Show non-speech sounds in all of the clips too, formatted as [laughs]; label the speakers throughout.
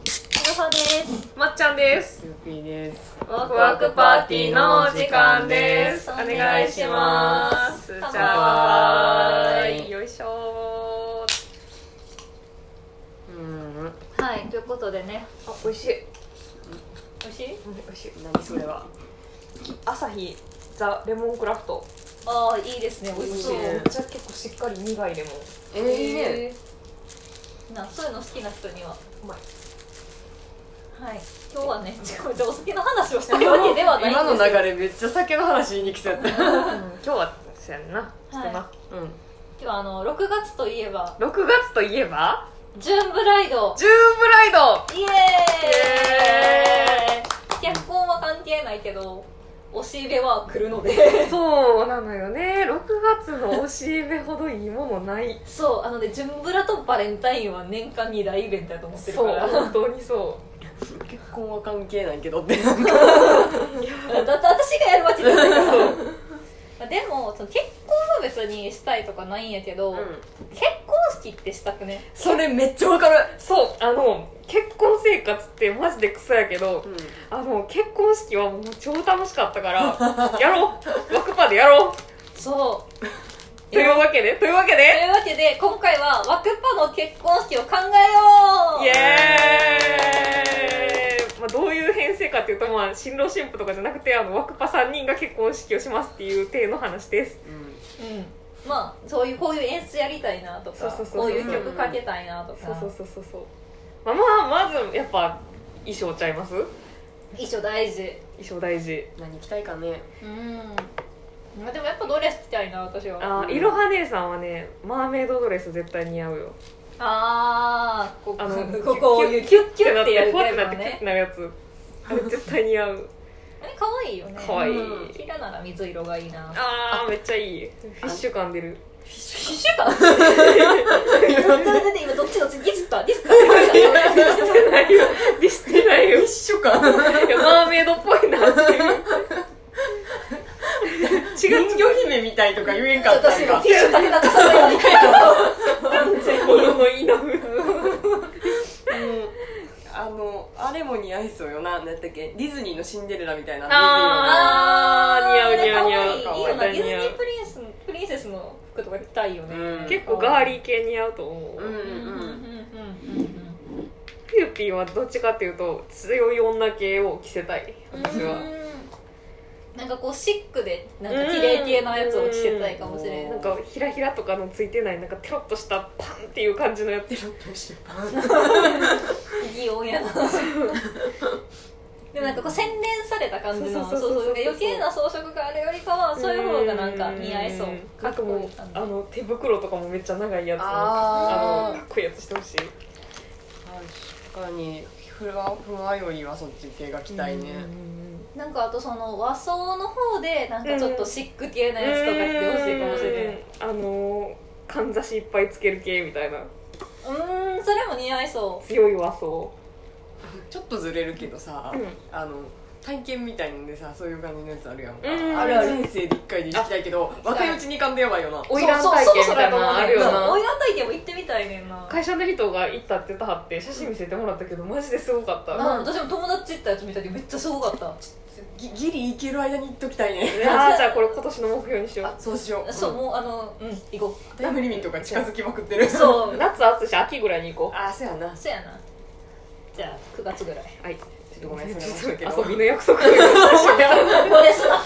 Speaker 1: うです。
Speaker 2: まっちゃんです
Speaker 3: ゆうぴーです。
Speaker 1: ワ
Speaker 2: ワクワクパーティーのお時間ですお願いします
Speaker 1: 乾杯
Speaker 2: じゃあよいしょ
Speaker 3: うん、
Speaker 1: はい、ということでね。
Speaker 2: あ美味しい
Speaker 1: 美味しい？
Speaker 2: 美味しい
Speaker 3: 何それは。
Speaker 2: 朝日ザレモンクラフト
Speaker 1: ああ、いいですね。美味しい。
Speaker 3: いい
Speaker 2: め
Speaker 3: ね
Speaker 2: っちゃ結構しっかり苦いレモン
Speaker 3: えー、いいね。
Speaker 1: な、そういうの好きな人には。
Speaker 2: うま [laughs] い
Speaker 1: はい。今日は [laughs] ね、違うお酒の話をしたいわけではないんです
Speaker 3: 今の
Speaker 1: よ。
Speaker 3: 流れめっちゃ酒の話言いに来ちゃった。
Speaker 2: うん今日はそうやんなしてな
Speaker 1: は
Speaker 3: うん。
Speaker 1: 今日はあの6月といえば
Speaker 2: 6月といえば
Speaker 1: ジューンブライド。
Speaker 2: ジューンブライド
Speaker 1: イエーイ。結婚は関係ないけど、押し入れは来るので。
Speaker 2: そうなのよね6月の押し入れほどいいもの [laughs] ない
Speaker 1: [laughs] そう、あのね、ジュンブラとバレンタインは年間2大イベントだと思ってるか
Speaker 2: そう
Speaker 1: ら。
Speaker 2: 本当にそ
Speaker 3: 結婚は関係ないけどって。うん。
Speaker 1: だって私がやるわけじゃないからまあでもその結婚は別にしたいとかないんやけど、結婚式ってしたくね
Speaker 3: それめっちゃわかる。
Speaker 2: うそうあの結婚生活ってマジでクソやけどあの結婚式はもう超楽しかったからやろうワクパでやろう
Speaker 1: そう
Speaker 2: というわけでというわけ
Speaker 1: と
Speaker 2: で
Speaker 1: いうわけで今回はワクパの結婚式を考えよう
Speaker 2: イエーイ、まあ、どういう編成かっていうと、まあ、新郎新婦とかじゃなくてあのワクパ3人が結婚式をしますっていう体の話です
Speaker 1: うん、まあそういうこういう演出やりたいなと
Speaker 2: そう
Speaker 1: か
Speaker 2: そうそうそう
Speaker 1: こういう曲かけたいなとか
Speaker 2: そうそうそうそうそう、まあ、まあまずやっぱ衣装ちゃいます衣
Speaker 1: 衣装大事
Speaker 2: 装大事
Speaker 3: 何着たいかね。
Speaker 1: うんまあでもやっぱドレス着たいな私は
Speaker 2: あーいろは姉さんはねマーメイドドレス絶対似合うよ
Speaker 1: あーこ [laughs]
Speaker 2: あの
Speaker 1: こここういうキュッキュッってやる
Speaker 2: ふわ
Speaker 1: タ
Speaker 2: っ
Speaker 1: イプの
Speaker 2: てなってキュッ
Speaker 1: ね
Speaker 2: てなるやつあれ絶対似合う
Speaker 1: あれ可愛いよね
Speaker 2: 可愛い
Speaker 1: うんキラなら水色がいいな
Speaker 2: あーめっちゃいいフィッシュ感出る [laughs]
Speaker 1: 一週間 [laughs] 今どっちどっちディスったディスったディスっ
Speaker 2: 出ないよディスってないよい
Speaker 3: 一緒か。人
Speaker 2: やマーメイドっぽいなっていう違う違う
Speaker 3: 魚姫みたいとか言えん
Speaker 1: た
Speaker 3: かった
Speaker 1: 私
Speaker 3: ん
Speaker 1: 今
Speaker 3: か
Speaker 1: ティ。ッシュだけだったからね
Speaker 2: 完全に物のいいな
Speaker 3: うんあのあれも似合いそうよな。なんだったっけディズニーのシンデレラみたいな。
Speaker 2: あー似合う似合う似合う
Speaker 1: 可愛いいよなデ
Speaker 2: 絶対
Speaker 1: ィズ
Speaker 2: 似
Speaker 1: ニ
Speaker 2: 合う
Speaker 1: ープリンスプリンセスの服とか着たいよね
Speaker 3: うん
Speaker 2: 結構ガーリー系似合うと思う、
Speaker 1: うんう
Speaker 3: うんう
Speaker 1: んうんうんうん
Speaker 3: ん
Speaker 2: ピューピーはどっちかっていうと強い女系を着せたい私は、
Speaker 1: うんなんかこうシックでなんか綺麗系なやつを着せたいかもしれ
Speaker 3: うん
Speaker 2: なんかひらひらとかのついてないなんかテロッとしたパンっていう感じのやつ
Speaker 3: テロッとしてパン。
Speaker 1: いい親なでもなんかこう洗練された感じの
Speaker 2: そ
Speaker 1: そうう
Speaker 2: そ
Speaker 1: そう
Speaker 2: そう
Speaker 1: う
Speaker 2: そう
Speaker 1: 余計な装飾があるよりかはそういう方がなんか似合いそう
Speaker 2: な
Speaker 1: か
Speaker 2: ん
Speaker 1: っ
Speaker 2: か
Speaker 1: こ
Speaker 2: も
Speaker 1: いうい感じ
Speaker 2: あの手袋とかもめっちゃ長いやつの
Speaker 3: あ
Speaker 2: あ
Speaker 3: ー
Speaker 2: のかっこいいやつしてほしい
Speaker 3: 確かにふわふわよりはそっち系が着たいね
Speaker 2: うん
Speaker 1: なんかあとその和装の方でなんかちょっとシック系なやつとか着てほしいかもしれない
Speaker 2: うんあのかんざしいっぱいつける系みたいな
Speaker 1: うんそれも似合いそ
Speaker 2: 強い和装
Speaker 3: ちょっとずれるけどさ、
Speaker 2: うん
Speaker 3: あの体験みたいのでさそういう感じのやつあるやんか、
Speaker 2: うん
Speaker 3: あるある人生で一回で行きたいけど
Speaker 1: あ
Speaker 3: 若いうちに行かんでやばいよな
Speaker 1: う
Speaker 2: 花魁体験みたいなのあるよな
Speaker 1: オイラン体験も行ってみたいねんな
Speaker 2: 会社の人が行ったって言ったはって写真見せてもらったけどマジですごかった
Speaker 1: うん私も友達行ったやつ見たけどめっちゃすごかった
Speaker 3: ぎギリ行ける間に行っときたいね
Speaker 2: あーじゃあこれ今年の目標にしよ
Speaker 3: あ
Speaker 2: う
Speaker 3: そうしよう
Speaker 1: そう
Speaker 3: うん
Speaker 1: もうあのうん行こ
Speaker 3: タイムリミットが近づきまくってる
Speaker 1: うそう
Speaker 2: 夏暑いし秋ぐらいに行こ
Speaker 3: あそうやな
Speaker 1: そうやなじゃあ9月ぐらいう
Speaker 2: はいち
Speaker 3: ょっとごめんそれは申し訳ない
Speaker 2: 遊びの
Speaker 1: [laughs]
Speaker 2: 約束私
Speaker 1: ここですな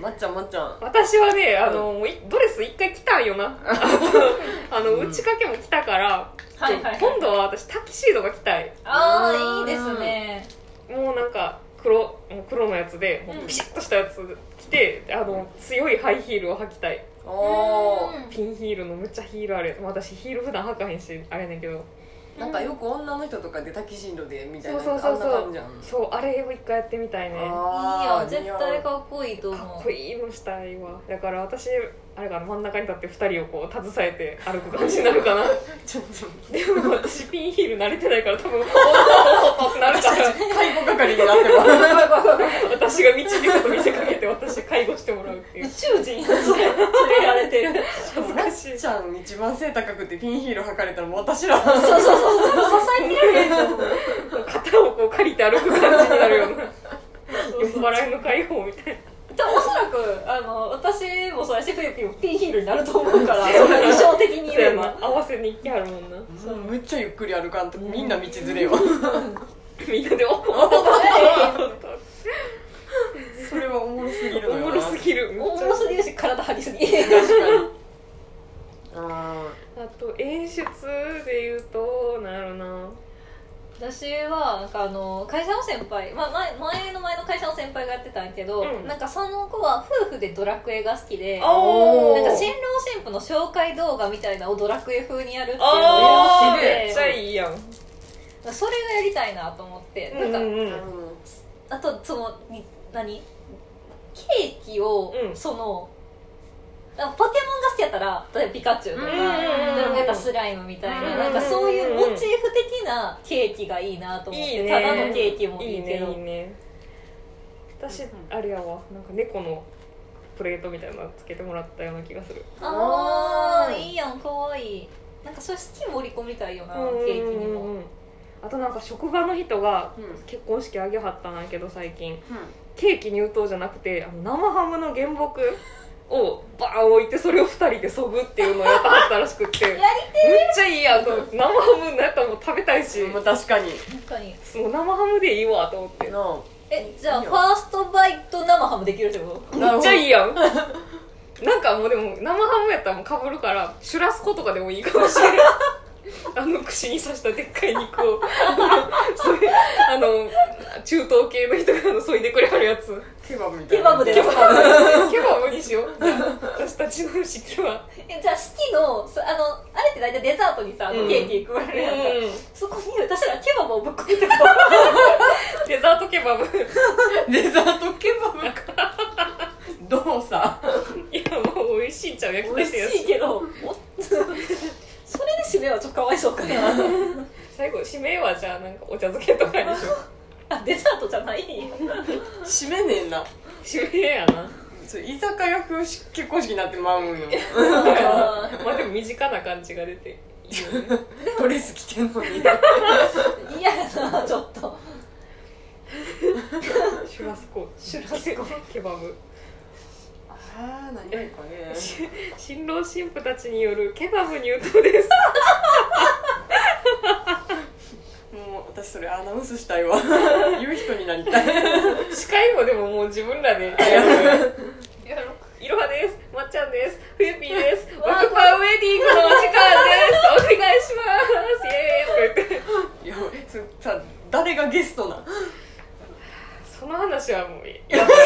Speaker 3: まっちゃんまっちゃん
Speaker 2: はねあの、もういドレス一回着たん
Speaker 1: [laughs]
Speaker 2: よなあの
Speaker 3: うん
Speaker 2: 打ち掛けも着たから、
Speaker 1: はいはい
Speaker 2: 今度は私タキシードが着たい
Speaker 1: ああいいですね
Speaker 2: もうなんか黒もう黒のやつで
Speaker 1: うん
Speaker 2: ピシッとしたやつ着てあの強いハイヒールを履きたい
Speaker 3: おー
Speaker 2: ピンヒールのむっちゃヒールあれ私ヒール普段履かへんしあれやねんけど
Speaker 3: なんかよく女の人とかでタキシードでみたいな
Speaker 2: そうそうそうそう
Speaker 3: あんな感じやん
Speaker 2: そうあれを一回やってみたいね
Speaker 1: いい
Speaker 3: あ
Speaker 1: よ
Speaker 3: ー
Speaker 1: 絶
Speaker 3: 似合
Speaker 1: 対
Speaker 3: う
Speaker 1: かっこいいと
Speaker 2: か
Speaker 1: 思
Speaker 2: っ
Speaker 1: う
Speaker 2: こいいのしたいわだから私あれかな真ん中に立って2人をこう携えて歩く感じになる
Speaker 1: [laughs]
Speaker 2: かな
Speaker 3: ちょっと
Speaker 2: でも私ピンヒール慣れてないから多分おっとおっとおっとってな
Speaker 1: [laughs]
Speaker 2: るから
Speaker 3: [laughs] 介護係になってもらう
Speaker 2: 私が道
Speaker 1: [laughs]
Speaker 2: でこと見せかけて私介護してもらうってい
Speaker 1: 宇
Speaker 2: う
Speaker 1: 宙人やつ連れられてる
Speaker 2: 恥ずかししい
Speaker 3: ちゃん一番背高くてピンヒール履かれたの私らそう
Speaker 1: そうそうそうそこ支えてられへんと思う
Speaker 2: 肩をこう借りて歩く感じになるような酔っ払いの解放みたい
Speaker 1: でもおそらくあの私もそうやしフゆぴもピンヒールになると思う
Speaker 2: [laughs]
Speaker 1: から印象的に
Speaker 2: な
Speaker 1: 言
Speaker 2: そうや
Speaker 1: え
Speaker 2: な
Speaker 1: ば
Speaker 2: 合わせに行きはるもんな
Speaker 3: むっちゃゆっくり歩かんとみんな道連れよ
Speaker 2: みんなでおおおお
Speaker 3: それはおもろすぎる
Speaker 2: お
Speaker 3: のよ
Speaker 2: も
Speaker 3: な
Speaker 2: ろすぎる
Speaker 1: おもろすぎるし体張りすぎ
Speaker 3: 確かにあ
Speaker 2: あと演出で言うとなんやろな
Speaker 1: 私はなんかあの会社の先輩、まあ、前前の前の会社の先輩がやってたんやけど、
Speaker 2: うん
Speaker 1: なんかその子は夫婦でドラクエが好きでなんか
Speaker 2: おー
Speaker 1: 新郎新婦の紹介動画みたいなのをドラクエ風にやるっていうのを
Speaker 2: あ
Speaker 1: や
Speaker 2: ー
Speaker 1: って
Speaker 2: め
Speaker 1: て
Speaker 2: っちゃいいやん
Speaker 1: それがやりたいなと思って、なんか
Speaker 2: う
Speaker 3: あ
Speaker 2: ん
Speaker 3: なるほど
Speaker 1: あとそのに何ケーキを、
Speaker 2: うん
Speaker 1: そのあポケモンが好きやったら例えばピカチュウとか、
Speaker 2: うん
Speaker 1: なんかやったらスライムみたいな,、
Speaker 3: うん
Speaker 1: なんかそういうモチーフ的なケーキがいいなと思って
Speaker 2: いいね
Speaker 1: ただのケーキもい
Speaker 2: いい
Speaker 1: いけ
Speaker 2: ね
Speaker 1: ど
Speaker 2: いいね私あれやわなんか猫のプレートみたいなのつけてもらったような気がする
Speaker 1: あ
Speaker 3: う
Speaker 1: ー
Speaker 3: ん
Speaker 1: いいやんかわいいなんかそれ好き盛り込みたいよな
Speaker 2: ケ
Speaker 1: ケーキにも
Speaker 2: あとなんか職場の人が
Speaker 3: うん
Speaker 2: 結婚式あげはったんやけど最近ケーキ入刀じゃなくてあの生ハムの原木をバーン置いてそれを2人でそぐっていうのをやったはったらしくってめっ
Speaker 1: [laughs] やり
Speaker 2: ちゃいいやんと思って生ハムのやったらもう食べたいし
Speaker 3: うんま
Speaker 2: も
Speaker 3: あ確かに
Speaker 1: てえかに
Speaker 2: う生ハムでいいわと思って
Speaker 3: なあ
Speaker 1: えじゃあ
Speaker 3: いい
Speaker 1: フ
Speaker 3: よ
Speaker 1: ァーストバイト生ハムできるってこと
Speaker 2: めっちゃいいやんなんかもうでも生ハムやったらもうかぶるからシュラスコとかでもいいかもし
Speaker 1: [laughs]
Speaker 2: れないあの串に刺したでっかい肉をそれあの中東系の人があのそいでくれはるやつ
Speaker 3: ケバブみたい
Speaker 1: ケ
Speaker 3: な
Speaker 1: バブで
Speaker 2: ケ
Speaker 1: や
Speaker 2: バ
Speaker 1: っ
Speaker 2: ブ
Speaker 1: たの
Speaker 2: ケバブにしよう私たちの式は
Speaker 1: えじゃあ式のそあのあれって大体デザートにさあの
Speaker 2: うん
Speaker 1: ケーキ配られるやんか、
Speaker 2: デ
Speaker 1: そこに私らケバブをぶっ込んでる
Speaker 2: ザートケバブい
Speaker 3: デザートケバブかどうさ
Speaker 2: やもう [laughs] 美味しいんちゃう焼き
Speaker 1: 美
Speaker 2: た
Speaker 1: 味
Speaker 2: てや
Speaker 1: しい
Speaker 2: し
Speaker 1: けどおそれで締めはちょっとかわいそうかな
Speaker 2: 最後締めはじゃあなんかお茶漬けとかにし
Speaker 1: [laughs]
Speaker 2: よ
Speaker 1: あデザートじゃない
Speaker 3: 締めねえな
Speaker 2: う締めやな
Speaker 3: それ居酒屋風結婚式になってまうんよ
Speaker 1: あ
Speaker 2: まあでも身近な感じが出ていいよね
Speaker 3: ドレス着てんのに
Speaker 1: ー嫌やなちょっと
Speaker 2: シュラスコ
Speaker 1: シュラスコ
Speaker 2: ケバブ
Speaker 3: ああ何がいいかね
Speaker 2: 新郎新婦たちによるケバブ入刀です
Speaker 3: もう私それアナウンスしたいわ [laughs] 言う人になりたい
Speaker 2: 司会もでももう自分らで
Speaker 1: やろ
Speaker 2: いろはですまっちゃんですふゆぴーです
Speaker 1: わあ
Speaker 2: ワクパンウェディングのお時間ですお願いしますイエーイとか言って
Speaker 3: いやそれさ誰がゲストなん
Speaker 2: その話はもうやばい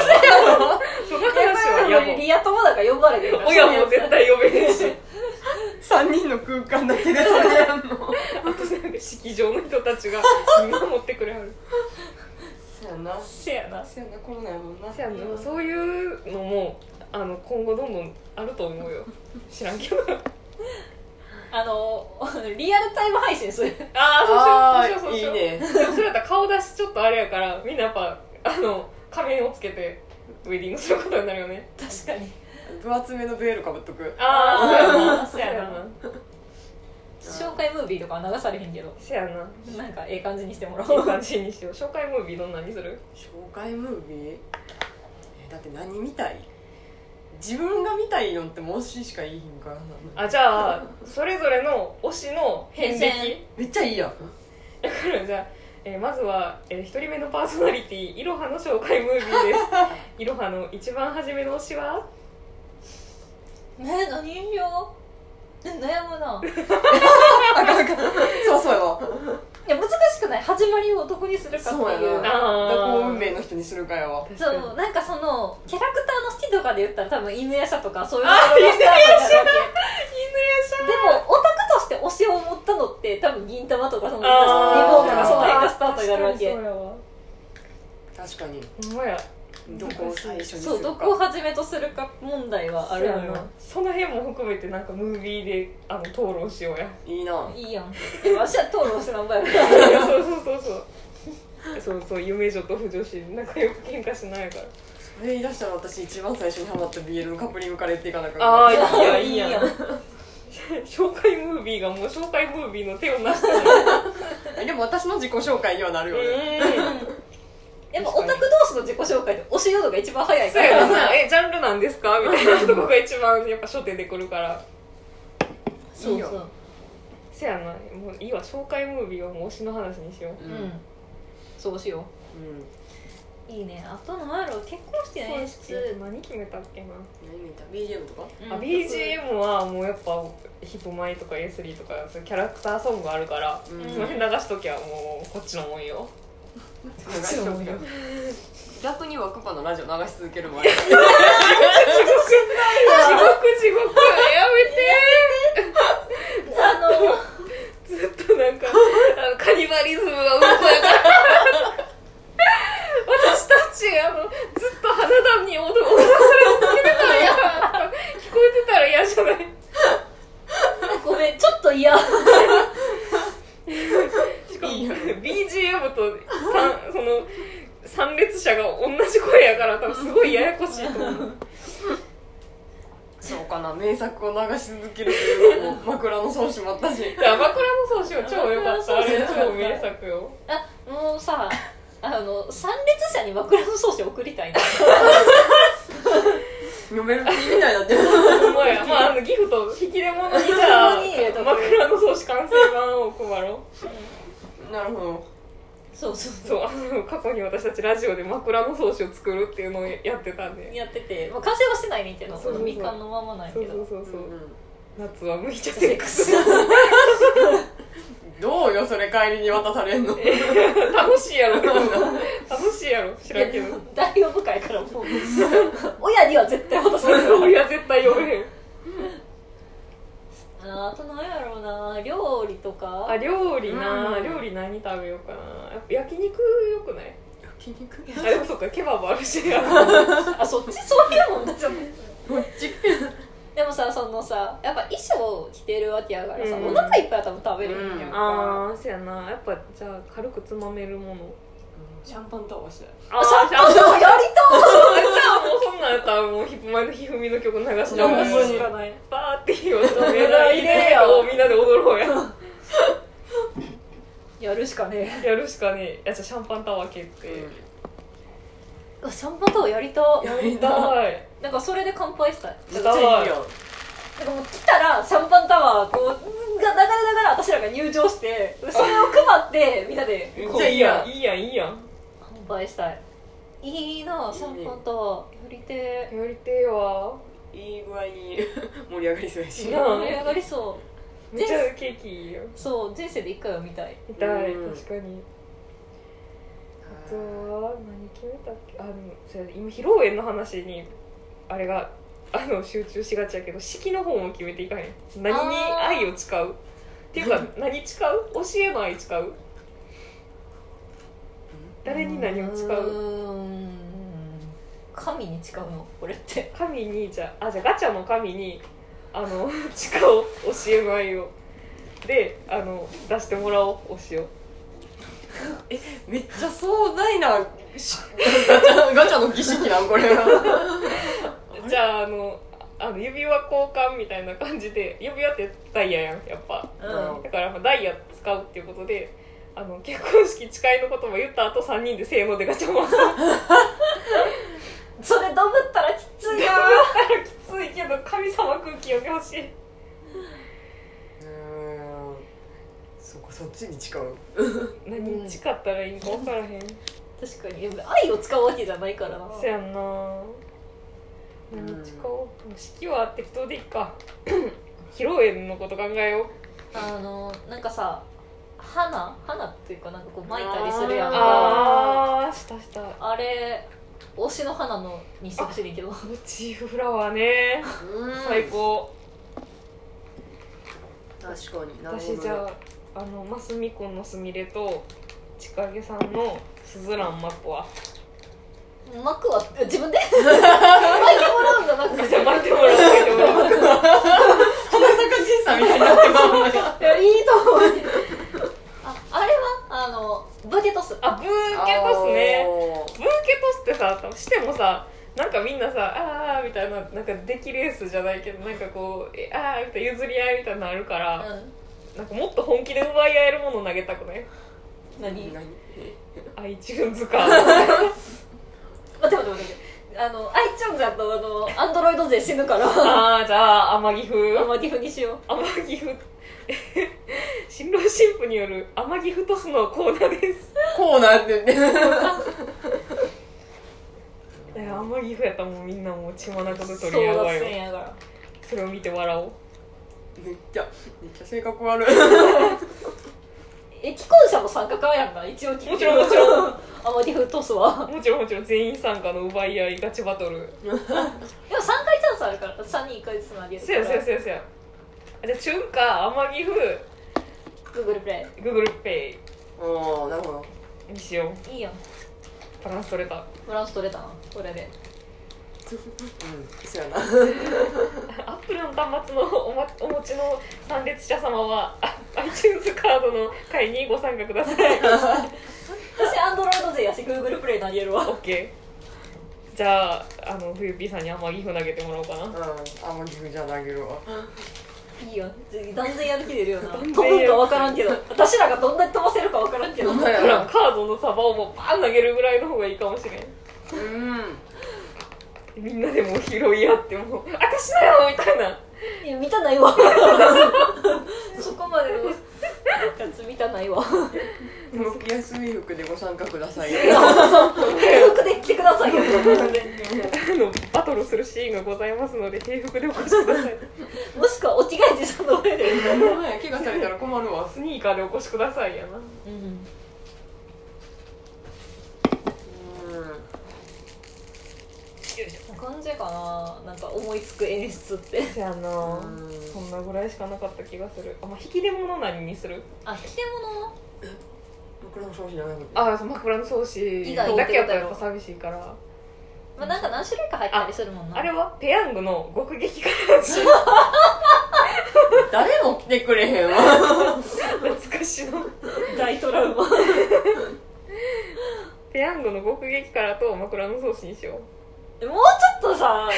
Speaker 2: その話はやばい
Speaker 1: リア友だから呼ばれてる
Speaker 2: 親も絶対呼べへんし
Speaker 3: 3人の空間だけでそれやんの
Speaker 2: あとなんか式場の人たちが見守ってくれはる
Speaker 3: そうやな
Speaker 1: せやな
Speaker 3: そうやなコロナやもんな
Speaker 2: せやなそういうのもあの今後どんどんあると思うよ知らんけど
Speaker 1: あのリアルタイム配信する
Speaker 2: あ
Speaker 3: あ
Speaker 2: あそうしようそ
Speaker 3: あ
Speaker 2: うし
Speaker 3: い
Speaker 2: ようそうしようで
Speaker 3: いね
Speaker 2: もそれやったら顔出しちょっとあれやからみんなやっぱあの仮面をつけてウェディングすることになるよね
Speaker 1: 確かに
Speaker 3: 分厚めのベールかぶっとく
Speaker 2: あ
Speaker 1: あー
Speaker 2: あそうやな
Speaker 1: 紹介ムービーとかは流されへんけど
Speaker 2: そうやなそうやな
Speaker 1: なんかええ感じにしてもら
Speaker 2: い
Speaker 1: お
Speaker 2: いう感じにしよう紹介ムービーどんなにする
Speaker 3: 紹介ムービーえだって何見たい自分が見たいのってもししか言いひんからな
Speaker 2: あじゃあそれぞれの推しの変
Speaker 1: 変遷
Speaker 2: 歴
Speaker 3: めっちゃいいやん
Speaker 2: だからじゃあ、えーまずは、え1人目のパーソナリティいろはの紹介ムービ [laughs] ーですいろはの一番初めの推しは
Speaker 1: ね何にしようえ悩むな
Speaker 3: あかんあかんそうそうやわ
Speaker 1: いや難しくない始まりを男にするかって
Speaker 3: そうや
Speaker 1: いう
Speaker 3: な
Speaker 2: あー
Speaker 3: どこを運命の人にするかやわ
Speaker 1: そうなんかそのキャラクターの好きとかで言ったら多分犬やしゃとかそういうの
Speaker 2: あ
Speaker 1: がスタートだけ
Speaker 2: 犬
Speaker 1: でもオタクとして推しを持ったのって多分銀玉とかそのリボ
Speaker 2: あー
Speaker 1: ンとかその辺がスタートになるわ
Speaker 2: 確かに
Speaker 1: け
Speaker 2: そうやわほ
Speaker 3: 確かに
Speaker 2: んまや
Speaker 3: どこを最初にす
Speaker 1: そう
Speaker 3: る
Speaker 1: ど
Speaker 3: か
Speaker 1: こを始めとするか問題はあるのよ
Speaker 2: その辺も含めてなんかムービーであの討論しよ [laughs] うや
Speaker 3: いいな
Speaker 1: [laughs]
Speaker 3: い
Speaker 1: いやんでも私は討論するんばやから
Speaker 2: そうそうそうそうそうそう夢女と不女子仲良く喧嘩しないから
Speaker 3: それ言い出したら私一番最初にハマった BL のカップリングからやっていかなあかん
Speaker 2: ああ
Speaker 3: か
Speaker 2: いいやんい
Speaker 1: い
Speaker 2: い
Speaker 1: いや
Speaker 2: や
Speaker 1: ん
Speaker 2: ん紹介ムービーがもう紹介ムービーの手をなしてる
Speaker 3: でも私の自己紹介にはなるよね、
Speaker 2: [laughs]
Speaker 1: でもオタク同士の自己紹介で推しのが一番早い
Speaker 2: そ
Speaker 1: か
Speaker 2: うや
Speaker 1: ら
Speaker 2: ろなえジャンルなんですかみたいなとこが一番やっぱ初手で来るから
Speaker 3: そう
Speaker 1: そうそう
Speaker 2: せやなもういいわ紹介ムービーはもう推しの話にしよう
Speaker 1: う
Speaker 3: うん
Speaker 1: んそうしよ
Speaker 3: うん
Speaker 1: ういいねあと何やろ結婚式の演出
Speaker 2: 何決めたっけな、
Speaker 3: 何見た BGM とか
Speaker 2: あ BGM はもうやっぱヒップマイとか S3 とかそういうキャラクターソングあるから、
Speaker 3: うん [laughs]
Speaker 2: その辺流しときゃもうこっちのもんよ
Speaker 3: 逆に若葉のラジオ流し続ける [laughs] もんあれ
Speaker 2: 地獄地獄 [laughs] や
Speaker 1: あの
Speaker 2: めてずっとなんかあのカニバリズムがうんこやから私たちあのずっと花壇に踊踊らされ続けてたら嫌だな聞こえてたら嫌じゃない
Speaker 1: [laughs] ごめんちょっと嫌
Speaker 2: しかも
Speaker 3: いいよ
Speaker 2: BGM と三その参列者が同じ声やから多分すごいややこしいと思う
Speaker 3: そうかな名作を流し続けるっていうのも枕草子もあった [laughs] し
Speaker 2: だから枕の草子は超良かったあれ超名作よ
Speaker 1: あもうさあの参列者に枕草子送りたいな
Speaker 3: 読める気みたいになってる
Speaker 2: お前まああのギフト引き出物にじゃあ
Speaker 1: 引き出物に入れとく
Speaker 2: 枕の草子完成版を配ろう
Speaker 3: なるほど
Speaker 1: そうそう
Speaker 2: そうあの過去に私たちラジオで枕の草子を作るっていうのをやってたんで
Speaker 1: やってて、まあ、完成はしてないねんけど
Speaker 2: そうそうそう
Speaker 1: 未完のままなんや
Speaker 2: そう
Speaker 1: け
Speaker 2: そう
Speaker 1: ど
Speaker 2: そうそううん夏は向いちゃセックス
Speaker 3: どうよそれ帰りに渡されん
Speaker 2: [laughs]
Speaker 3: の [laughs]
Speaker 2: 楽しいやろでも楽しいやろ知らんけど
Speaker 1: 大呼ぶ会からもう親には絶対渡さない
Speaker 2: そういや絶対読めへん
Speaker 1: [laughs] ああと何やろうな料理とか
Speaker 2: あ料理な、
Speaker 3: うん
Speaker 2: 料理何食べようかなやっぱ焼肉よくない
Speaker 3: 焼肉
Speaker 2: [laughs] あでもそっかケバブあるし
Speaker 1: あそっちそういうもんだじゃん
Speaker 3: こっち
Speaker 1: でもさそのさやっぱ衣装着てるわけやからさ、
Speaker 2: うん
Speaker 1: お腹いっぱいは多分食べれるんやんか、
Speaker 2: [laughs] ああそやなやっぱじゃあ軽くつまめるもの
Speaker 3: シャンパンタワーしたい
Speaker 2: あ
Speaker 1: シャンパン
Speaker 2: じ
Speaker 1: タ
Speaker 2: ゃ
Speaker 1: ワーやりたい
Speaker 2: あもうそんなんやったらもうヒップマイのひふみの曲流して
Speaker 3: ほんまに
Speaker 2: 知らないバーって言おうと目がいねえよみんなで踊ろうや [laughs]
Speaker 1: やるしかね
Speaker 2: やるしかねえいやじゃあシャンパンタワー決定、
Speaker 1: えうわシャンパンタワーやりたい
Speaker 2: やりたい
Speaker 1: なんかそれで乾杯したい
Speaker 3: めっちゃい
Speaker 1: なん
Speaker 3: いよ
Speaker 1: かもう来たらシャンパンタワーこううんが流れながら私らが入場してそれを配ってみんなで
Speaker 3: めっ
Speaker 2: こ
Speaker 3: ち
Speaker 2: う
Speaker 3: ゃいいやん
Speaker 2: いいやんいいやん
Speaker 1: 乾杯したいいいなシャンパンタワーやりてえ
Speaker 2: やりてえわ
Speaker 3: いい具合に盛り上がりそうやし
Speaker 2: いいや
Speaker 1: 盛り上がりそ
Speaker 2: めっちゃケーキいいよ
Speaker 1: うそう人生で一回は見たい
Speaker 2: 見たい
Speaker 3: うん
Speaker 2: 確かにあとは何決めたっけあでもそれ今披露宴の話にあれがあの集中しがちやけど式の方も決めていかへん何に
Speaker 1: あー
Speaker 2: 愛を誓うっていうか何誓う教えの愛誓う誰に何を誓う
Speaker 1: ーん神に誓うのこれって
Speaker 2: 神にじゃああじゃあガチャの神にあの [laughs] 誓おう教えの愛をであの出してもらおうお塩
Speaker 3: めっちゃ壮大なしガチャ [laughs] ガチャの儀式なんこれは
Speaker 2: じゃああのあの指輪交換みたいな感じで指輪ってダイヤやんやっぱ
Speaker 1: う
Speaker 3: うん
Speaker 2: だからまあダイヤ使うっていうことであの結婚式誓いの言葉言った後三3人でせーのでガチャ回すだか
Speaker 1: それダブったらきついな
Speaker 2: らきついけど神様空気読んでほしい
Speaker 3: うんそっかそっちに誓う
Speaker 2: 何誓ったらいいんか分からへん
Speaker 1: 確かにでも愛を使うわけじゃないからな
Speaker 2: そやんな
Speaker 3: うん
Speaker 2: 何誓おう式は適当でいいか [coughs] 披露宴のこと考えよう
Speaker 1: あのなんかさ花花っていうかなんかこう巻いたりするやんかあ
Speaker 2: ああしたした
Speaker 1: れ推しの花のにしてほしいねんけど
Speaker 2: モチーフフラワーね最高
Speaker 3: 確かになるほど
Speaker 2: 私じゃああのマスミコンのすみれとちかげさんのすずらんまこは
Speaker 1: 幕は自 [laughs] 分で巻いてもらうんだ
Speaker 2: [laughs]
Speaker 1: なんか
Speaker 2: 待ってもらってもらって
Speaker 3: [laughs] 花坂じいさんみたいになってまうのよ
Speaker 1: いやいいと思うああれはあのブーケトス
Speaker 2: あブーケトスねブーケトスってさ多分してもさなんかみんなさ「ああ」みたいななんか出来レースじゃないけどなんかこう「えああ」みたいな譲り合いみたいなのあるから、なんかもっと本気で奪い合えるもの投げたくない
Speaker 1: 何
Speaker 3: 何
Speaker 2: 愛知軍図 [laughs] 鑑
Speaker 1: 待って待って待ってあのアイちゃんがとあのアンドロイド勢死ぬからあ
Speaker 2: ああじゃあ天城風
Speaker 1: まりふにし
Speaker 2: [laughs]
Speaker 1: よう
Speaker 2: 天城風新郎新婦による天城フトスのコーナーです
Speaker 3: こうなんてね
Speaker 2: いや天城風やったらもうみんなもう血眼で
Speaker 1: 争
Speaker 2: 取り合うわ
Speaker 1: 奪
Speaker 2: よ
Speaker 1: 戦やから
Speaker 2: それを見て笑おう
Speaker 3: めっちゃめっちゃ性格悪い
Speaker 1: え既婚者も参加かやんな一応聞
Speaker 2: もちろんもちろん
Speaker 1: [laughs] あまりふトスは
Speaker 2: もちろんもちろん全員参加の奪い合いガチバトル
Speaker 1: でも3回チャンスあるから3人1回ずつ投げる
Speaker 2: そ
Speaker 1: か
Speaker 2: や
Speaker 1: ら
Speaker 2: そやそやそやあじゃあ春夏天城風
Speaker 1: Google プレ
Speaker 2: GooglePay
Speaker 3: おおなるほど
Speaker 2: にしよう
Speaker 1: イいいやん
Speaker 2: バランス取れた [laughs]
Speaker 1: バランス取れたなこれで
Speaker 3: うんそうやな
Speaker 2: アップルの端末の [laughs] お,、ま、お持ちの参列者様はあ iTunes カードの会にご参加ください
Speaker 1: 私アンドロイド勢やし Google プレイ投げるわ
Speaker 2: OK じゃああの冬 P さんに天城風投げてもらおうか
Speaker 3: う
Speaker 2: なん
Speaker 3: あんま岐阜じゃ投げるわ
Speaker 1: いいやん断然やる気出るよな飛
Speaker 2: 断然やる気
Speaker 1: ぶか分からんけど私らがどんなに飛ばせるか分からんけど
Speaker 2: [laughs]
Speaker 3: ほんまや
Speaker 2: ほら
Speaker 3: な
Speaker 2: カードのサバをもうバーン投げるぐらいの方がいいかもしれん
Speaker 3: うん
Speaker 2: みんなでもう拾い合ってもう「私だよ!」みたいない
Speaker 1: や見た
Speaker 2: [laughs]
Speaker 1: ないわそこまでのやつ見たない
Speaker 2: [laughs]
Speaker 1: わ [laughs]
Speaker 3: でも着やすい服でご参加ください
Speaker 1: 制服で来てください
Speaker 2: [laughs]
Speaker 1: よ
Speaker 2: あ [laughs] のバトルするシーンがございますので平服でお越しくだ [laughs] さい
Speaker 1: もしくはお着替え自社の上で、
Speaker 3: 怪我されたら困るわ
Speaker 2: スニーカーでお越しくださいやな
Speaker 3: う
Speaker 1: こんな感じかななんか思いつく演出って
Speaker 2: せやな
Speaker 3: うん
Speaker 2: そんなぐらいしかなかった気がするあ、まあ、引き出物何にする
Speaker 1: あ引き出物
Speaker 3: ん僕らの商品じゃなくて
Speaker 2: ああ枕草子
Speaker 1: 以
Speaker 2: だ
Speaker 1: 外
Speaker 2: けやったらやっぱ寂しいから
Speaker 1: まあなんか何種類か入ったりするもんな
Speaker 2: あれ
Speaker 1: は
Speaker 2: はペヤングの極撃からし
Speaker 3: 誰も来てくれへんわ
Speaker 2: 懐かしの [laughs]
Speaker 1: 大トラ [laughs] ウマ
Speaker 2: ペヤングの極撃からと枕草子にしよ
Speaker 1: もうちょっとさ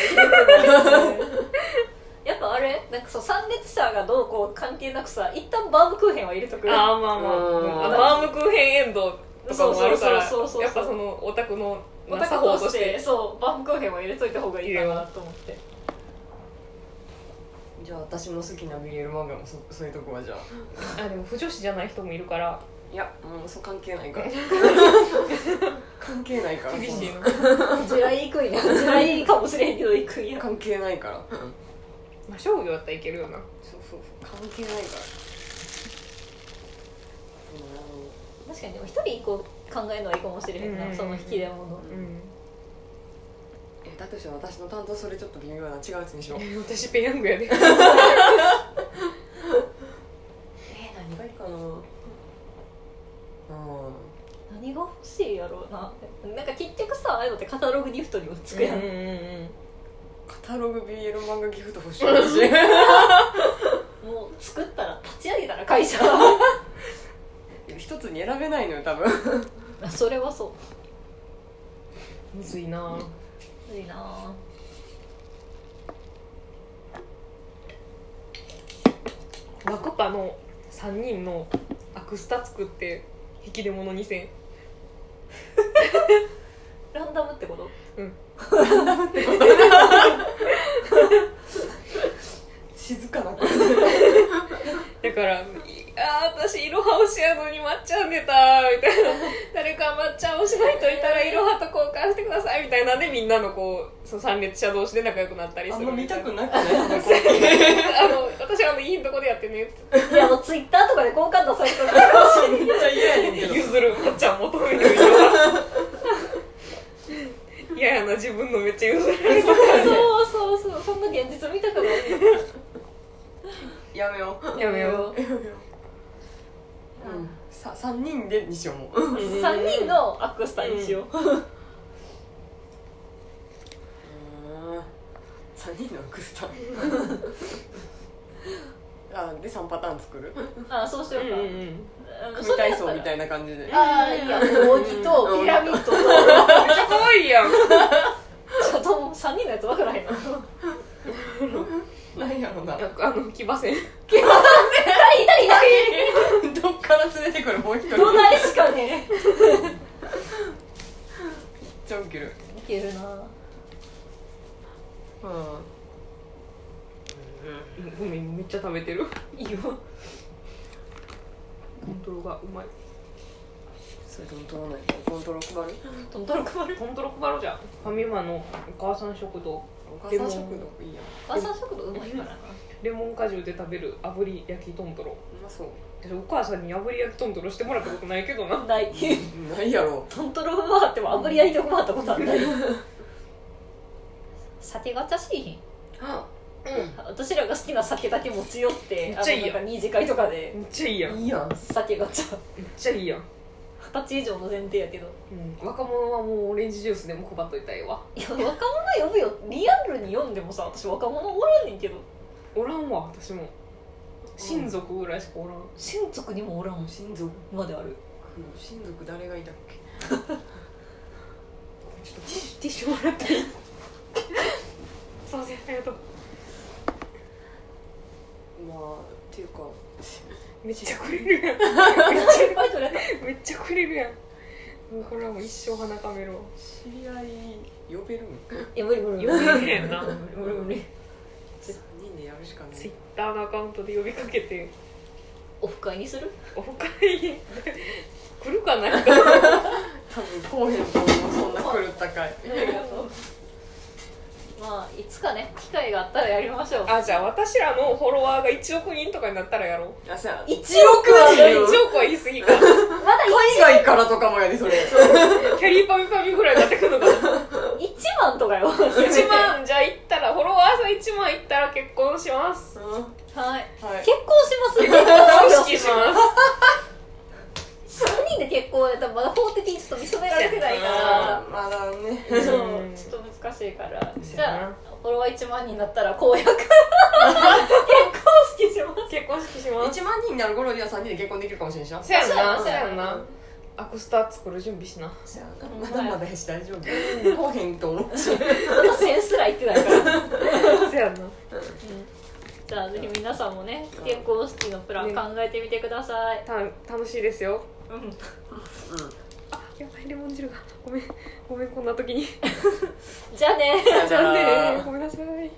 Speaker 1: やっぱあれなんかそう参列者がどうこう関係なくさ一旦バームクーヘンは入れと
Speaker 2: う
Speaker 1: く
Speaker 2: ああまあま
Speaker 3: うん
Speaker 2: ああバームクーヘンエンドとかもあるから
Speaker 1: そうそうそうそうそう
Speaker 2: やっぱそのオタクの
Speaker 1: お
Speaker 2: な作
Speaker 1: 宝
Speaker 2: 法
Speaker 1: と
Speaker 2: と
Speaker 1: し
Speaker 2: してて
Speaker 1: そうバームクーヘンは入れといた方がいいかなと思って
Speaker 3: じゃあ私の好きなビリエル漫画もそそういうとこはじゃあ
Speaker 2: あでも不女子じゃない人もいるから
Speaker 3: いやもうそう関係ないから関係ないから
Speaker 2: 厳しいの
Speaker 1: 地雷いくんや地雷かもしれんけどいくんや
Speaker 3: 関係ないからうん
Speaker 2: まあ商業だったらいけるよな
Speaker 3: そうそうそう関係ないから
Speaker 1: 確かにでも一人一個考えるのはいいかもしれへんな、
Speaker 2: うん
Speaker 1: その引き出物
Speaker 2: うん
Speaker 3: えだとしたら私の担当それちょっと微妙やな違うやつにしよう
Speaker 2: え私ペヤングやで
Speaker 1: え
Speaker 3: 何がいいかなうん
Speaker 1: 何何が欲しいやろうななんか結局さああいうのってカタログギフトにもつくやん、
Speaker 2: うんうんうん
Speaker 3: カタログ BL 漫画ギフト [laughs] 欲しい私
Speaker 1: もう作ったら立ち上げたら会 [laughs] 社
Speaker 3: 一つに選べないのよ多 [laughs] 分
Speaker 1: それはそ
Speaker 2: むずいなぁ
Speaker 1: ういいなぁ
Speaker 2: ワクパの3人のアクスタ作って引き出物2選
Speaker 1: ランダムってこと
Speaker 3: 静かな [laughs] 子
Speaker 2: だから「いあー私いろは推しやのにまっちゃん出た」みたいな「誰かまっちゃん推しの人いたらいろはと交換してください」みたいなんでみんなのこうその参列者同士で仲良くなったり
Speaker 3: あ
Speaker 2: す
Speaker 3: ん
Speaker 2: る
Speaker 3: ま見たく
Speaker 2: い
Speaker 3: なくないそんな子
Speaker 2: なあの私はあのいいとこでやってねって
Speaker 1: [laughs] いやあのツイッターとかで好感度されたら
Speaker 3: めっちゃ嫌やねんけど
Speaker 2: 譲るまっちゃん求めるいろ嫌ややな自分のめっちゃ譲られて
Speaker 1: そうそうそうそんな現実見たくない
Speaker 3: [laughs] やめよう
Speaker 2: やめよ
Speaker 1: う
Speaker 3: うんさ3人でにしようもう
Speaker 2: う
Speaker 1: 3人のアクスタにしよう、
Speaker 3: 3人のクス [laughs] タあで3パターン作る
Speaker 1: あそうし
Speaker 2: う
Speaker 1: よ
Speaker 2: ん
Speaker 1: う
Speaker 2: う
Speaker 1: か、
Speaker 2: んうん
Speaker 1: うん
Speaker 3: 組体操み
Speaker 1: い
Speaker 3: たいな感じで
Speaker 1: [laughs] ああいや扇とピラミッドと
Speaker 2: めっちゃ可愛いやん
Speaker 1: ちょっと3人のやつ分から [laughs] へんの
Speaker 3: なんやろな
Speaker 2: やあの騎馬戦
Speaker 1: 誰いたりいない
Speaker 3: どっから連れてくるもう一
Speaker 1: [laughs]
Speaker 3: 人
Speaker 1: どないしかね
Speaker 3: ちゃウケる
Speaker 1: いけるな
Speaker 3: うん
Speaker 2: ごめんめっちゃ食べてるいいよコントロがうまい
Speaker 3: それどんとらないどんとら配る
Speaker 1: トントロ配る
Speaker 2: コントロ配ろうじゃんファミマのお母さん食堂
Speaker 3: お母さん食堂いいやんう
Speaker 1: お母さん食堂うまいからな
Speaker 2: レモン果汁で食べる炙り焼きトントロ
Speaker 3: まそう
Speaker 2: 私お母さんに炙り焼きトントロしてもらったことないけどな
Speaker 1: ない
Speaker 3: ないやろ
Speaker 1: トントロ回っても炙り焼いて回ったことあんない酒ガチャしいひん
Speaker 2: う
Speaker 1: 私らが好きな酒だけ持ち寄って
Speaker 2: めっちゃいいやん
Speaker 1: あのなんか二次会とかで
Speaker 2: んめっちゃいいやんめっ
Speaker 3: [gasps] いいやん
Speaker 1: 酒ガチャ
Speaker 2: ちゃいいやん、
Speaker 1: 二十歳以上の前提やけど
Speaker 2: うん、若者はもうオレンジジュースでも配っといたらええわ
Speaker 1: いや若者呼ぶよリアルに読んでもさ私若者おらんねんけど
Speaker 2: おらんわ私も親族ぐらいしかおらん、
Speaker 1: 親族にもおらんし
Speaker 3: 親族
Speaker 1: まである
Speaker 3: 親族誰がいたっけ
Speaker 2: ち
Speaker 3: [laughs]
Speaker 2: ょっとティッシュティッシュもらっていいすいませんありがとう
Speaker 3: まあっていうか
Speaker 2: めっちゃくれるやん
Speaker 1: 先輩それ
Speaker 2: めっちゃくれるやんもうこれはもう一生鼻かめろ
Speaker 3: 知り合い呼べるん
Speaker 1: いや無理無理無
Speaker 2: 呼
Speaker 1: 理無
Speaker 2: べ
Speaker 1: 理
Speaker 2: へんな
Speaker 1: 無理無理
Speaker 3: 3人でやるしかな
Speaker 2: ツイッ
Speaker 3: い
Speaker 2: ターのアカウントで呼びかけて
Speaker 1: オフ会にする
Speaker 2: 「オフ会へ来るかな?」
Speaker 3: 多分こうへんと思うそんな狂ったかい
Speaker 1: [laughs] まあいつかね機会があったらやりましょう
Speaker 2: [laughs] あじゃあ私らのフォロワーが1億人とかになったらやろう
Speaker 3: あそうや
Speaker 1: 一億
Speaker 2: 1
Speaker 1: は
Speaker 3: 一
Speaker 2: 億は言い過ぎか
Speaker 1: まだ
Speaker 3: 海外からとかもやでそれ
Speaker 2: キャリーパミパミぐらいになってくるのかな
Speaker 1: 一一万とかよ
Speaker 2: 1万じゃあいったらフォロワーさん1万いったら結婚します
Speaker 3: は
Speaker 1: はい
Speaker 3: い
Speaker 1: 結婚します結
Speaker 2: 意
Speaker 1: 婚
Speaker 2: 識します
Speaker 1: 3人で結婚やったらまだ法的にちょっと認められてないから
Speaker 3: うんまだね
Speaker 1: そう
Speaker 2: うん
Speaker 1: ちょっと難しいから
Speaker 2: そう
Speaker 1: じ
Speaker 2: やな
Speaker 1: ゃあフォロワー1万人になったら公
Speaker 2: [laughs]
Speaker 1: 約結婚式します
Speaker 2: 結婚式します
Speaker 3: 1万人になる頃には3人で結婚できるかもしれんしな
Speaker 2: せやんな
Speaker 1: そう
Speaker 2: せ
Speaker 1: やな
Speaker 2: やんなアクスター作る準備し [laughs] な
Speaker 3: そうや
Speaker 1: う
Speaker 3: なんまだまだやし大丈夫こうへんと思うし
Speaker 1: まだ1000すら言ってないから
Speaker 2: せやんな
Speaker 1: じゃあぜひ皆さんもね健康式のプラン考えてみてください、
Speaker 2: た楽しいですよ
Speaker 1: うん
Speaker 3: う
Speaker 2: あやばいレモン汁がごめんごめんこんな時に
Speaker 1: じゃあね
Speaker 3: ん
Speaker 2: じゃあねごめんなさい